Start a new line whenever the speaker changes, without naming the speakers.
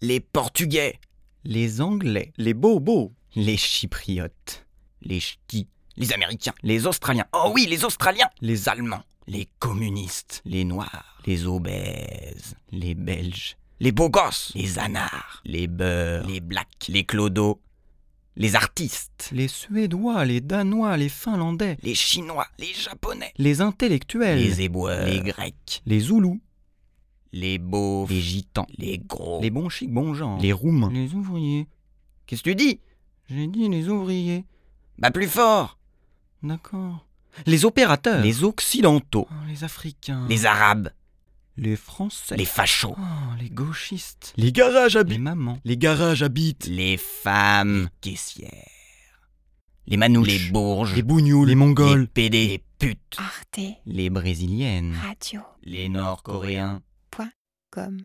les Portugais, les Anglais,
Les bobos.
les Chypriotes, les Ch'tis, les Américains, les Australiens, oh oui, les Australiens, les Allemands, les communistes, les Noirs, les obèses, les Belges, les beaux gosses, les anards, les beurs, les blacks, les clodos, les artistes,
Les Suédois, les Danois, les Finlandais,
les Chinois, les Japonais,
les intellectuels,
les éboueurs, les Grecs,
les Zoulous,
les beaux, les Gitans, les gros,
les bons chics, bons gens,
les Roumains.
les ouvriers.
Qu'est-ce que tu dis
J'ai dit les ouvriers.
Bah plus fort
D'accord.
Les opérateurs, les Occidentaux,
Oh, les Africains.
les Arabes,
Les Français.
les fachos,
Oh, les gauchistes.
Les garages
Les mamans.
Les garages habitent.
les femmes caissières, les manouches, les bourges,
Les bougnoules. Les
les
mongols.
pédés, les putes,
Arte
les brésiliennes,
Radio
les nord-coréens.
comme